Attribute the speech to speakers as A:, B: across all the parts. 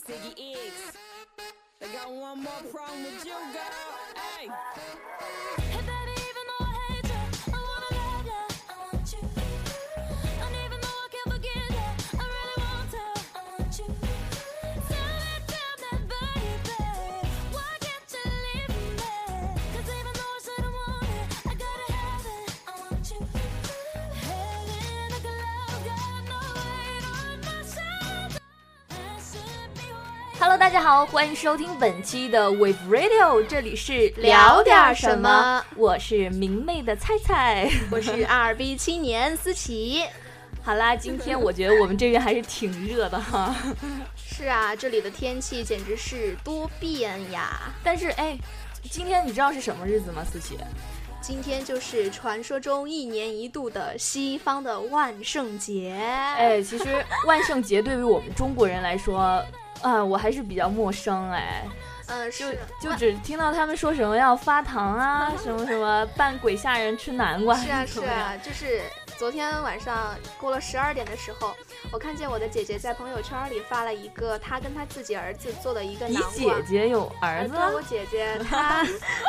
A: Ziggy X. I got one more problem with you, girl. Hey.
B: Hey baby, even though I hate you, I wanna love you. I want you. And even though I can't forgive you, I really want to. I want you. Tell me, tell me, baby, why can't you leave me? 'Cause even though I shouldn't want it, I gotta have it. I want you. Head in the clouds, got no weight on my shoulders. I should be waiting.
C: Hello，大家好，欢迎收听本期的 Wave Radio，这里是
D: 聊点儿什么
C: 我是明媚的菜菜。
D: 我是二 B 青年思琪。
C: 好啦，今天我觉得我们这边还是挺热的哈，
D: 是啊，这里的天气简直是多变呀！
C: 但是哎，今天你知道是什么日子吗？思琪，
D: 今天就是传说中一年一度的西方的万圣节。
C: 哎，其实万圣节对于我们中国人来说， 啊、我还是比较陌生哎，
D: 嗯、呃，
C: 就是就只听到他们说什么要发糖 啊，什么什么扮鬼吓人吃南瓜，
D: 是啊
C: 什
D: 是
C: 么呀
D: 啊，就是昨天晚上过了十二点的时候，我看见我的姐姐在朋友圈里发了一个她跟她自己儿子做的一个
C: 你
D: 南瓜。
C: 姐姐有儿
D: 呃
C: 子啊
D: 对，我姐姐，她，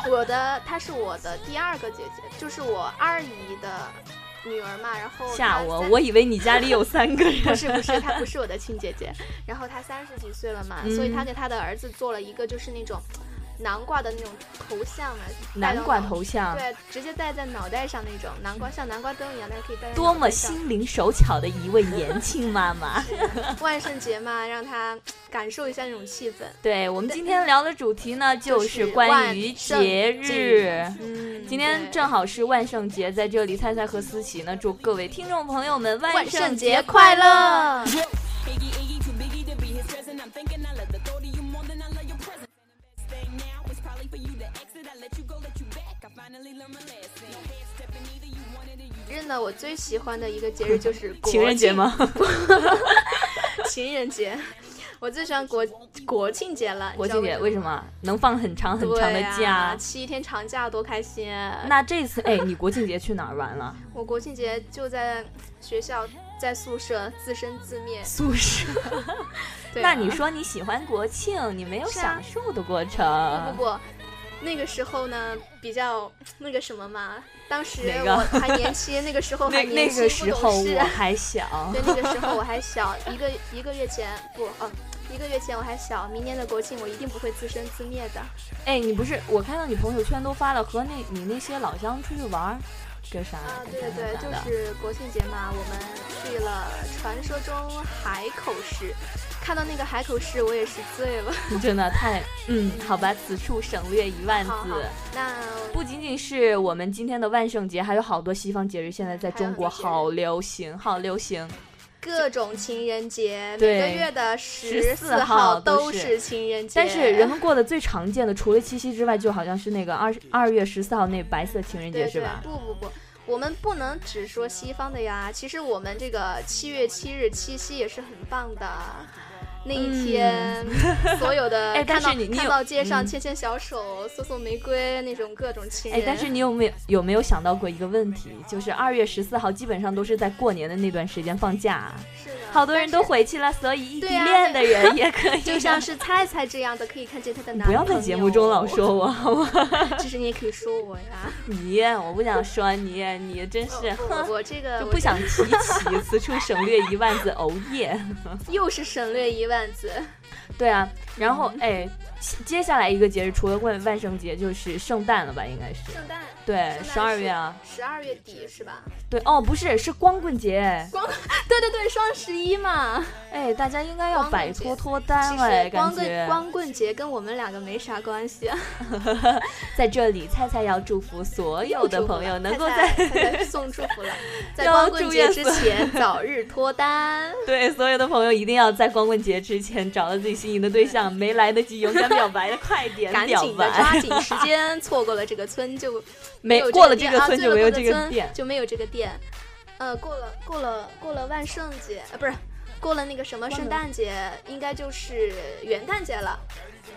D: 我的，她是我的第二个姐姐，就是我二姨的女儿嘛。然后
C: 吓
D: 她
C: 我，
D: 三
C: 我以为你家里有三个人。
D: 不是 不是，她不是我的亲姐姐。然后她三十几岁了嘛，所以她
C: 嗯
D: 给她的儿子做了一个就是那种南瓜的那种头像啊，戴
C: 南
D: 到
C: 瓜
D: 脑
C: 头像，
D: 对，直接戴在脑袋上那种南瓜，像南瓜灯一样，但是可以戴在
C: 多
D: 脑
C: 么
D: 袋上。
C: 心灵手巧的一位年轻妈妈。
D: 万圣节嘛，让她感受一下那种气氛。
C: 对我们今天聊的主题呢，就
D: 就是是
C: 关于节
D: 万圣
C: 日。
D: 嗯，
C: 今天
D: 对
C: 正好是万圣节，在这里，菜菜和思琪呢，祝各位听众朋友们
D: 万
C: 圣
D: 圣
C: 节
D: 节
C: 快
D: 快
C: 乐！
D: 乐。
A: Iggy, Iggy, too biggie to be his cousin. I'm thinking I love the thought of you more than I love your presence. And the best thing now is probably for you to exit. I let you go, let you back. I finally learned my lesson. No head stepping either. You wanted it, you
D: 日呢，我最喜欢的一个节日就是 国
C: 情人节吗？
D: 庆？情人节， 我最喜欢国国庆节了。
C: 国庆节为
D: 什
C: 什么能放很长很
D: 么
C: 长的
D: 对
C: 假
D: 啊？七天长假多开心！啊
C: 那这次，哎，你国庆节去哪儿玩 了？
D: 我国庆节就在学校，在宿舍自生自灭。
C: 宿舍。
D: 对
C: 那
D: 啊
C: 你说你喜欢国庆，你没有
D: 是啊
C: 享受的过程？
D: 不不不，那个时候呢比较那个什么嘛，当时
C: 哪个
D: 我还年轻，那个时候还
C: 那
D: 年
C: 那
D: 轻，
C: 个时候
D: 不懂事
C: 我。还小。
D: 对，那个时候我还小，一个一个月前不，哦，一个月前我还小，明年的国庆我一定不会自生自灭的。
C: 哎，你不是我看到你朋友圈都发了和那你那些老乡出去玩儿，这啥
D: 啊，
C: 这
D: 对
C: 啥
D: 对对，
C: 啥
D: 就
C: 的
D: 是国庆节嘛，我们去了传说中海口市，看到那个海口市，我也是醉了。
C: 真的太嗯，好吧，此处省略一万字。
D: 好好，那
C: 不仅仅是我们今天的万圣节，还有好多西方节日现在在中国
D: 还有很
C: 好
D: 多
C: 流行，好流行。
D: 各种情人节，每
C: 对
D: 个月的十
C: 14号
D: 号
C: 都
D: 都
C: 是
D: 是情人节，
C: 但是人们过得最常见的，除了七夕之外，就好像是那个二二月十四号那白色情人节
D: 对
C: 是
D: 对
C: 吧，？
D: 不不不。我们不能只说西方的呀，其实我们这个七月七日七夕也是很棒的，那一天、 所有
C: 嗯
D: 的
C: 哎但
D: 看
C: 是
D: 到
C: 你你
D: 看
C: 有
D: 到街上
C: 嗯
D: 牵牵小手、送送玫瑰那种各种情人，
C: 哎，但是你有没有有没有想到过一个问题，就是二月十四号基本上都是在过年的那段时间放假、啊
D: 是的
C: 好多人都
D: 但是
C: 回去了，所以异地
D: 对啊
C: 恋的人也可以。啊
D: 啊就像是菜菜这样的，可以看见她的 男
C: 不
D: 朋友。
C: 要在节目中老，说我好吗？
D: 其实你也可以说我呀。
C: 你，我不想说你，你真 是。
D: 我我这 个
C: 就
D: 我
C: 不想提起，此处省略一万字。哦 耶，
D: 又是省略一万字。
C: 对啊，然后哎，接下来一个节日除了万万圣节就是圣诞了吧？应该是
D: 圣诞
C: 对，
D: 圣诞
C: 十二
D: 是
C: 月啊，
D: 十二月底是吧？
C: 对哦，不是是光棍节，
D: 光 对对对，双十一嘛。
C: 哎，大家应该要
D: 光棍
C: 摆
D: 节
C: 脱脱单
D: 其
C: 了，哎
D: 实
C: 感
D: 光
C: 觉
D: 棍光棍节跟我们两个没啥关系。啊
C: 在这里，菜菜要祝福所有的朋友能够在
D: 菜菜菜送祝福了，在
C: 要
D: 光棍
C: 祝
D: 节
C: 愿
D: 之
C: 所
D: 前早日脱 单。
C: 对，所有的朋友一定要在光棍节之前找到自己心仪的对象，没来得及勇敢表白的，快点
D: 赶
C: 表
D: 紧的抓
C: 白。
D: 紧时间，错过了这个村就
C: 没
D: 有
C: 过了这
D: 店
C: 个
D: 啊
C: 村
D: 对
C: 就没有
D: 过
C: 这
D: 了
C: 个
D: 村
C: 店。
D: 就没有这个店。呃，过了过了过了万圣节，呃，不是，过了那个什么
C: 忘
D: 圣
C: 了
D: 诞节，应该就是元旦节了。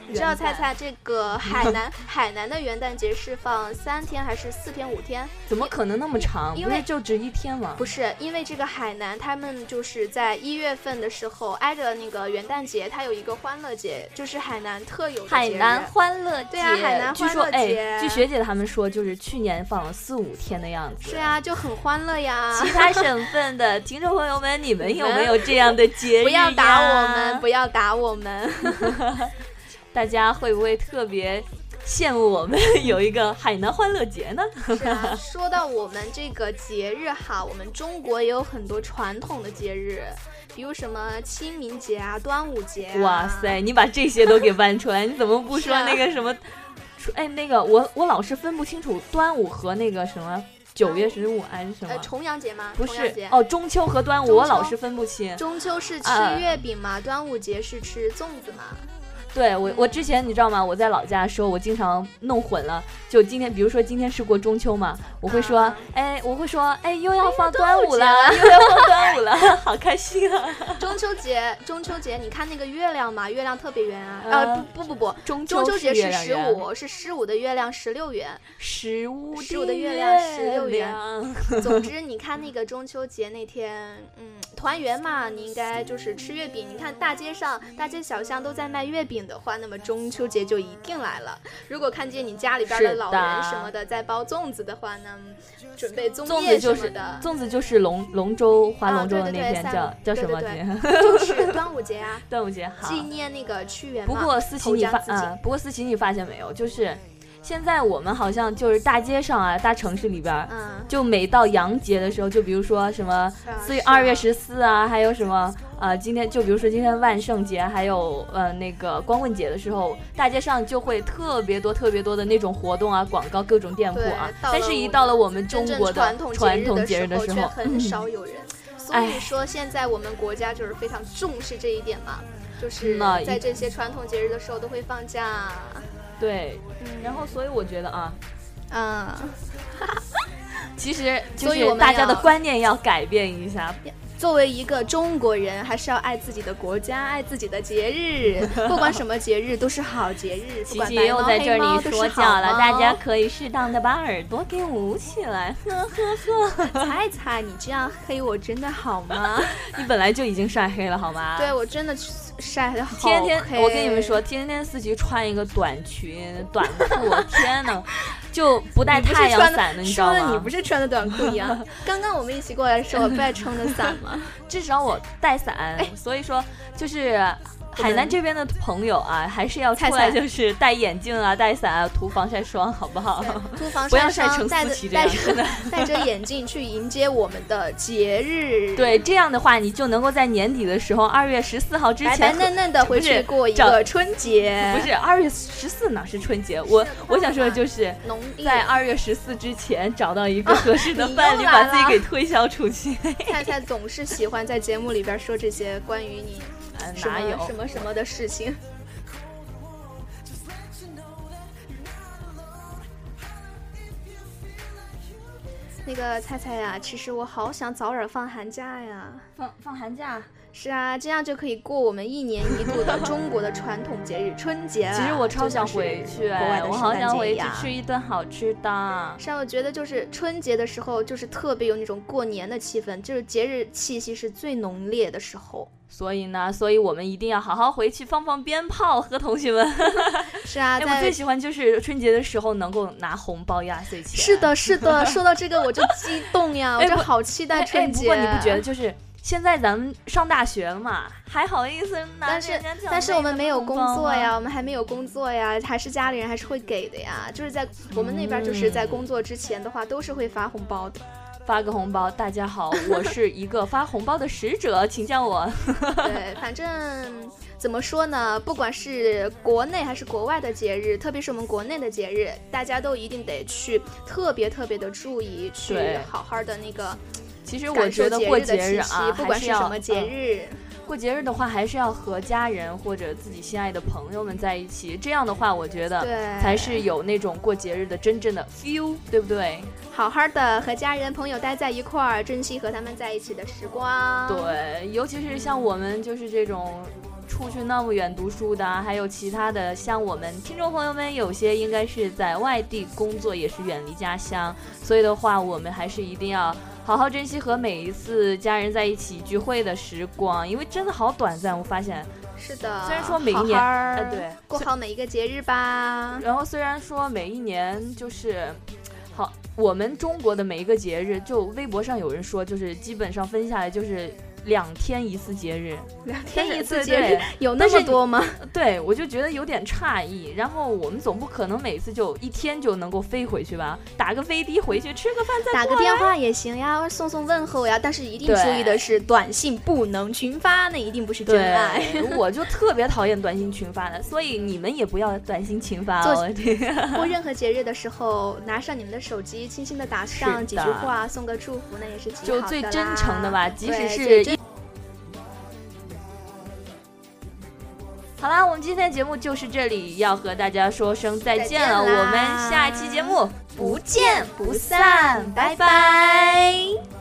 D: 你知道
C: 元
D: 菜
C: 旦
D: 菜这个海南 海南的元旦节是放三天还是四天五天？
C: 怎么可能那么长？
D: 因
C: 不是
D: 为
C: 就只一天吗？
D: 不是，因为这个海南他们就是在一月份的时候挨着那个元旦节，它有一个欢乐节，就是海南特有的
C: 海
D: 节日
C: 南欢乐节，
D: 对啊海南
C: 据
D: 欢
C: 说
D: 乐节
C: 哎，据学姐他们说，就是去年放了四五天的样子。
D: 是啊，就很欢乐呀。
C: 其他省份的听众朋友们，你们有没有这样的节日？
D: 不要打我们，！不要打我们。
C: 大家会不会特别羡慕我们有一个海南欢乐节呢？
D: 是啊，说到我们这个节日哈，我们中国也有很多传统的节日，比如什么清明节啊、端午节、啊。
C: 哇！塞，你把这些都给搬出来，你怎么不
D: 是
C: 说
D: 啊
C: 那个什 么？说哎，那个我我老是分不清楚端午和那个什么九月十五还是什么
D: 呃，？重阳节吗？
C: 不
D: 重阳
C: 是
D: 节。
C: 哦，中秋和端午
D: 中
C: 我老
D: 秋
C: 是分不清。
D: 中秋是吃
C: 啊
D: 月饼嘛，端午节是吃粽子嘛。
C: 对我，我之前你知道吗？我在老家的时候，我经常弄混了。就今天，比如说今天是过中秋嘛，我会说，
D: 啊
C: 哎，我会说，哎，又要放
D: 端
C: 端
D: 午
C: 午
D: 节
C: 了，又要放端午了， 好开心 啊！
D: 中秋节，中秋节，你看那个月亮嘛，月亮特别圆啊。
C: 啊
D: 呃，不不不不，
C: 中
D: 中秋节
C: 是
D: 是十，五，是十五的月亮十六圆。
C: 十五
D: 15的月亮16圆
C: 亮
D: 总之，你看那个中秋节那天，嗯，团圆嘛，你应该就是吃月饼。你看大街上、大街小巷都在卖月饼的话，那么中秋节就一定来了。如果看见你家里边的
C: 是
D: 老
C: 的
D: 人什么的在包粽子的话呢，准备粽
C: 粽
D: 叶
C: 子就
D: 什么
C: 是
D: 的，
C: 粽子就是龙龙舟划
D: 啊
C: 龙舟的
D: 对
C: 那
D: 对对
C: 天
D: 三
C: 叫叫
D: 对
C: 什
D: 对
C: 么
D: 对
C: 节？
D: 就是端午节啊，
C: 端午节好。
D: 纪念那个屈原
C: 不
D: 嘛。
C: 过思琪，
D: 投
C: 你
D: 江
C: 发
D: 自尽
C: 啊，不过思琪，你发现没有，就是现在我们好像就是大街上啊，大城市里边儿，
D: 嗯，
C: 就每到洋节的时候，就比如说什么
D: 是啊
C: 四
D: 是
C: 月
D: 啊
C: 二月十四啊，还有什么呃，今天就比如说今天万圣节，还有呃那个光棍节的时候，大街上就会特别多特别多的那种活动啊、广告、各种店铺啊
D: 对。到
C: 但
D: 了
C: 是，一
D: 我
C: 到了
D: 们
C: 我们中
D: 真正
C: 国的
D: 传统
C: 传统节
D: 节
C: 日的
D: 的
C: 时
D: 却
C: 候，嗯
D: 很少有人。所以
C: 唉
D: 说，现在我们国家就是非常重视这一点嘛，就是
C: 嗯呐
D: 在
C: 一
D: 这些传统节日的时候都会放假。啊
C: 对。
D: 嗯
C: 然后，所以我觉得啊，
D: 嗯，
C: 其实就
D: 所以我
C: 是
D: 们
C: 大家的
D: 要
C: 观念要改变一下，
D: 作为一个中国人，还是要爱自己的国家，爱自己的节日，不管什么节日都是好节日。不
C: 琪
D: 管
C: 琪
D: 白
C: 又
D: 猫
C: 在
D: 黑
C: 这
D: 猫
C: 里
D: 都
C: 说
D: 是
C: 教
D: 好
C: 了，大
D: 猫
C: 家可以适当的把耳朵给捂起来。
D: 猜猜，你这样黑我真的好吗？
C: 你本来就已经晒黑了，好吗？
D: 对我真的晒的好
C: 天天
D: 黑
C: 我跟你们说，，天天四局穿一个短裙、短 裤，天呐，就不带
D: 你不是
C: 太阳
D: 穿的
C: 伞的，你知道
D: 说的
C: 吗？
D: 你不是穿的短裤一样。 刚刚我们一起过来的时候，不爱撑的伞吗？
C: 至少我带伞，所以说就是。海南这边的朋友啊，还是要出
D: 菜
C: 来，
D: 菜
C: 就是戴眼镜啊，戴伞啊，涂防晒霜，好不 好？
D: 涂防
C: 不要
D: 哦晒
C: 晒
D: 霜，
C: 成
D: 戴
C: 思
D: 着
C: 琪这
D: 戴
C: 样，
D: 着
C: 真的。
D: 戴着眼镜去迎接我们的节日。，
C: 对，这样的话，你就能够在年底的时候，二月十四号之
D: 白白
C: 前和
D: 嫩嫩的回
C: 不
D: 去
C: 是
D: 过一
C: 找
D: 个春节，
C: 不是二月十四哪是春节？我我想说的就是
D: 农历
C: 在二月十四之前找到一个合适的
D: 你又
C: 伴侣，
D: 来
C: 把自己
D: 了
C: 给推销出去。
D: 菜菜总是喜欢在节目里边说这些关于你
C: 哎
D: 什
C: 哪有
D: 么什么什么的事情。那个菜菜呀，其实我好想早点放寒假呀。
C: 放放寒假？
D: 是啊，这样就可以过我们一年一度的 中国的传统节日春节了。
C: 其实我超
D: 就
C: 想
D: 像是
C: 回去，哎
D: 国外的
C: 我
D: 圣
C: 好
D: 诞
C: 想
D: 节一
C: 回去
D: 样
C: 吃一顿好吃的。
D: 是啊，我觉得就是春节的时候，就是特别有那种过年的气氛，就是节日气息是最浓烈的时候。
C: 所以呢，所以我们一定要好好回去放放鞭炮，和同学们。
D: 是啊，
C: 哎，我最
D: 在
C: 喜欢就是春节的时候能够拿红包压岁钱。
D: 是的，是的，说到这个我就激动呀，我
C: 哎
D: 就
C: 不
D: 好期
C: 哎，
D: 待春节。
C: 哎不过你不觉得就是现在咱们上大学了嘛，还好意思拿人家
D: 但是
C: 长辈
D: 但是我们没有工作
C: 的红包吗
D: 呀，。我们还没有工作呀，还是家里人还是会给的呀。就是在我们那边，就是在工作之前的话，都是会发红包的。
C: 发个红包，大家好，我是一个发红包的使者，请叫我。
D: 对，反正怎么说呢，不管是国内还是国外的节日，特别是我们国内的节日，大家都一定得去特别特别的注意，去
C: 对
D: 好好的那个
C: 其实我
D: 感受
C: 觉得
D: 节
C: 过
D: 的
C: 节
D: 气
C: 日
D: 息，
C: 啊，
D: 不管
C: 还
D: 是
C: 要
D: 什么节
C: 嗯
D: 日，
C: 过节日的话，还是要和家人或者自己心爱的朋友们在一起，这样的话，我觉得
D: 对
C: 才是有那种过节日的真正的 feel，对不对？
D: 好好的和家人朋友待在一块儿，珍惜和他们在一起的时光。，
C: 对，尤其是像我们就是这种出去那么远读书的啊，还有其他的，像我们听众朋友们，有些应该是在外地工作，也是远离家乡，所以的话，我们还是一定要好好珍惜和每一次家人在一起聚会的时光，因为真的好短暂，我发现。
D: 是的。
C: 虽然说每一年
D: 好好儿
C: 呃对
D: 嗯过好每一个节日吧。
C: 然后虽然说每一年就是，好，我们中国的每一个节日，就微博上有人说，就是基本上分下来就是两天一次节日，
D: 两
C: 但
D: 天
C: 是
D: 一次
C: 对
D: 节
C: 对
D: 日有那
C: 但是
D: 么
C: 你
D: 多吗？
C: 对我就觉得有点诧异。然后我们总不可能每次就一天就能够飞回去吧，打个飞的回去吃个饭再
D: 打
C: 过
D: 个
C: 来
D: 电话也行呀，送送问候呀。但是一定
C: 对
D: 注意的是，短信不能群发，那一定不是真爱。
C: 对，我就特别讨厌短信群发的，所以你们也不要短信群发
D: 做
C: 哦。对
D: 过任何节日的时候，拿上你们的手机，轻轻的打上
C: 是
D: 几句
C: 的
D: 话，送个祝福，那也是挺
C: 就
D: 好
C: 最
D: 的
C: 真
D: 啦
C: 诚的吧，即
D: 对
C: 使
D: 最
C: 是
D: 真
C: 一。好啦，我们今天的节目就是这里，要和大家说声再
D: 再
C: 见
D: 见
C: 了。
D: 啦
C: 我们下一期节目
D: 不见不散
C: 拜拜